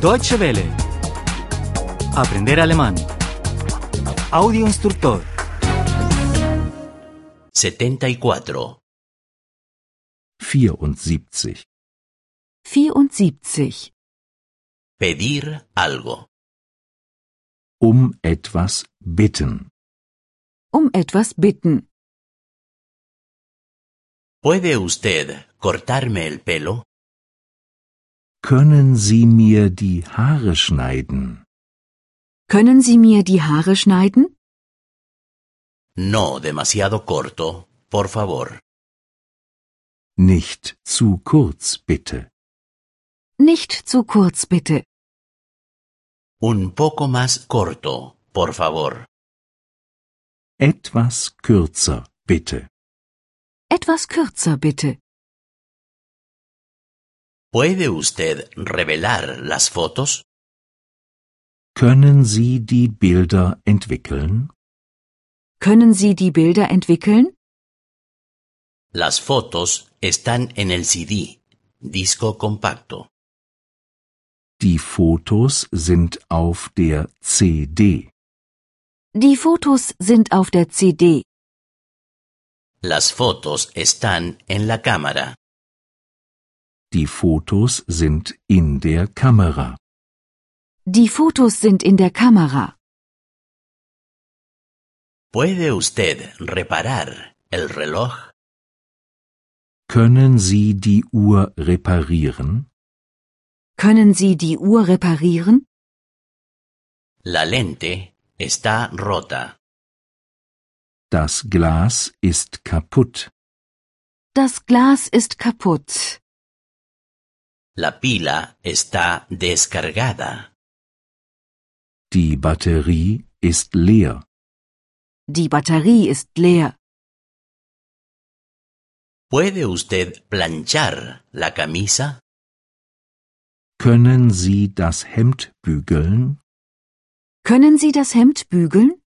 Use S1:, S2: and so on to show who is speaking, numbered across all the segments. S1: Deutsche Welle. Aprender alemán. Audio instructor.
S2: 74.
S3: 74.
S4: 74.
S2: Pedir algo.
S3: Um etwas bitten.
S4: Um etwas bitten.
S2: ¿Puede usted cortarme el pelo?
S3: Können Sie mir die Haare schneiden?
S4: Können Sie mir die Haare schneiden?
S2: No demasiado corto, por favor.
S3: Nicht zu kurz, bitte.
S4: Nicht zu kurz, bitte.
S2: Un poco más corto, por favor.
S3: Etwas kürzer, bitte.
S4: Etwas kürzer, bitte.
S2: ¿Puede usted revelar las fotos?
S3: Können Sie die Bilder entwickeln?
S4: Können Sie die Bilder entwickeln?
S2: Las fotos están en el CD, disco compacto.
S3: Die Fotos sind auf der CD.
S4: Die Fotos sind auf der CD.
S2: Las fotos están en la cámara.
S3: Die Fotos sind in der Kamera.
S4: Die Fotos sind in der Kamera.
S2: ¿Puede usted reparar el reloj?
S3: Können Sie die Uhr reparieren?
S4: Können Sie die Uhr reparieren?
S2: La lente está rota.
S3: Das Glas ist kaputt.
S4: Das Glas ist kaputt.
S2: La pila está descargada.
S3: Die Batterie ist leer.
S4: Die Batterie ist leer.
S2: ¿Puede usted planchar la camisa?
S3: Können Sie das Hemd bügeln?
S4: Können Sie das Hemd bügeln?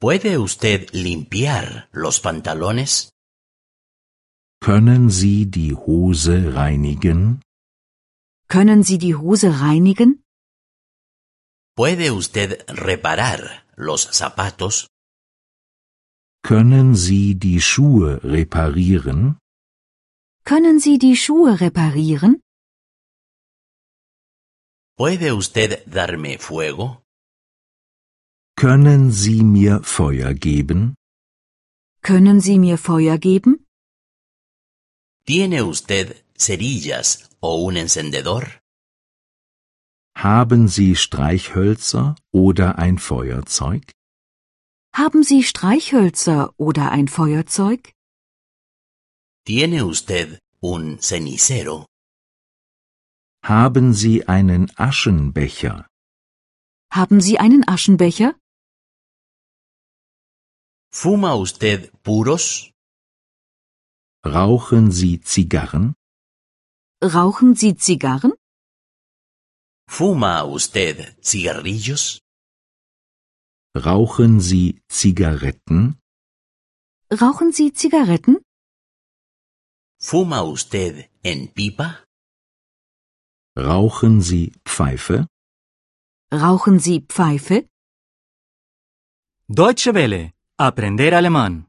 S2: ¿Puede usted limpiar los pantalones?
S3: Können Sie die Hose reinigen?
S4: Können Sie die Hose reinigen?
S2: ¿Puede usted reparar los zapatos?
S3: Können Sie die Schuhe reparieren?
S4: Können Sie die Schuhe reparieren?
S2: ¿Puede usted darme fuego?
S3: Können Sie mir Feuer geben?
S4: Können Sie mir Feuer geben?
S2: ¿Tiene usted cerillas o un encendedor?
S3: Haben Sie Streichhölzer oder ein Feuerzeug?
S4: Haben Sie Streichhölzer oder ein Feuerzeug?
S2: ¿Tiene usted un cenicero?
S3: Haben Sie einen Aschenbecher?
S4: Haben Sie einen Aschenbecher?
S2: ¿Fuma usted puros?
S3: Rauchen Sie Zigarren?
S4: Rauchen Sie Zigarren?
S2: ¿Fuma usted cigarrillos?
S3: Rauchen Sie Zigaretten?
S4: Rauchen Sie Zigaretten?
S2: ¿Fuma usted en pipa?
S3: Rauchen Sie Pfeife?
S4: Rauchen Sie Pfeife?
S1: Deutsche Welle. Aprender alemán.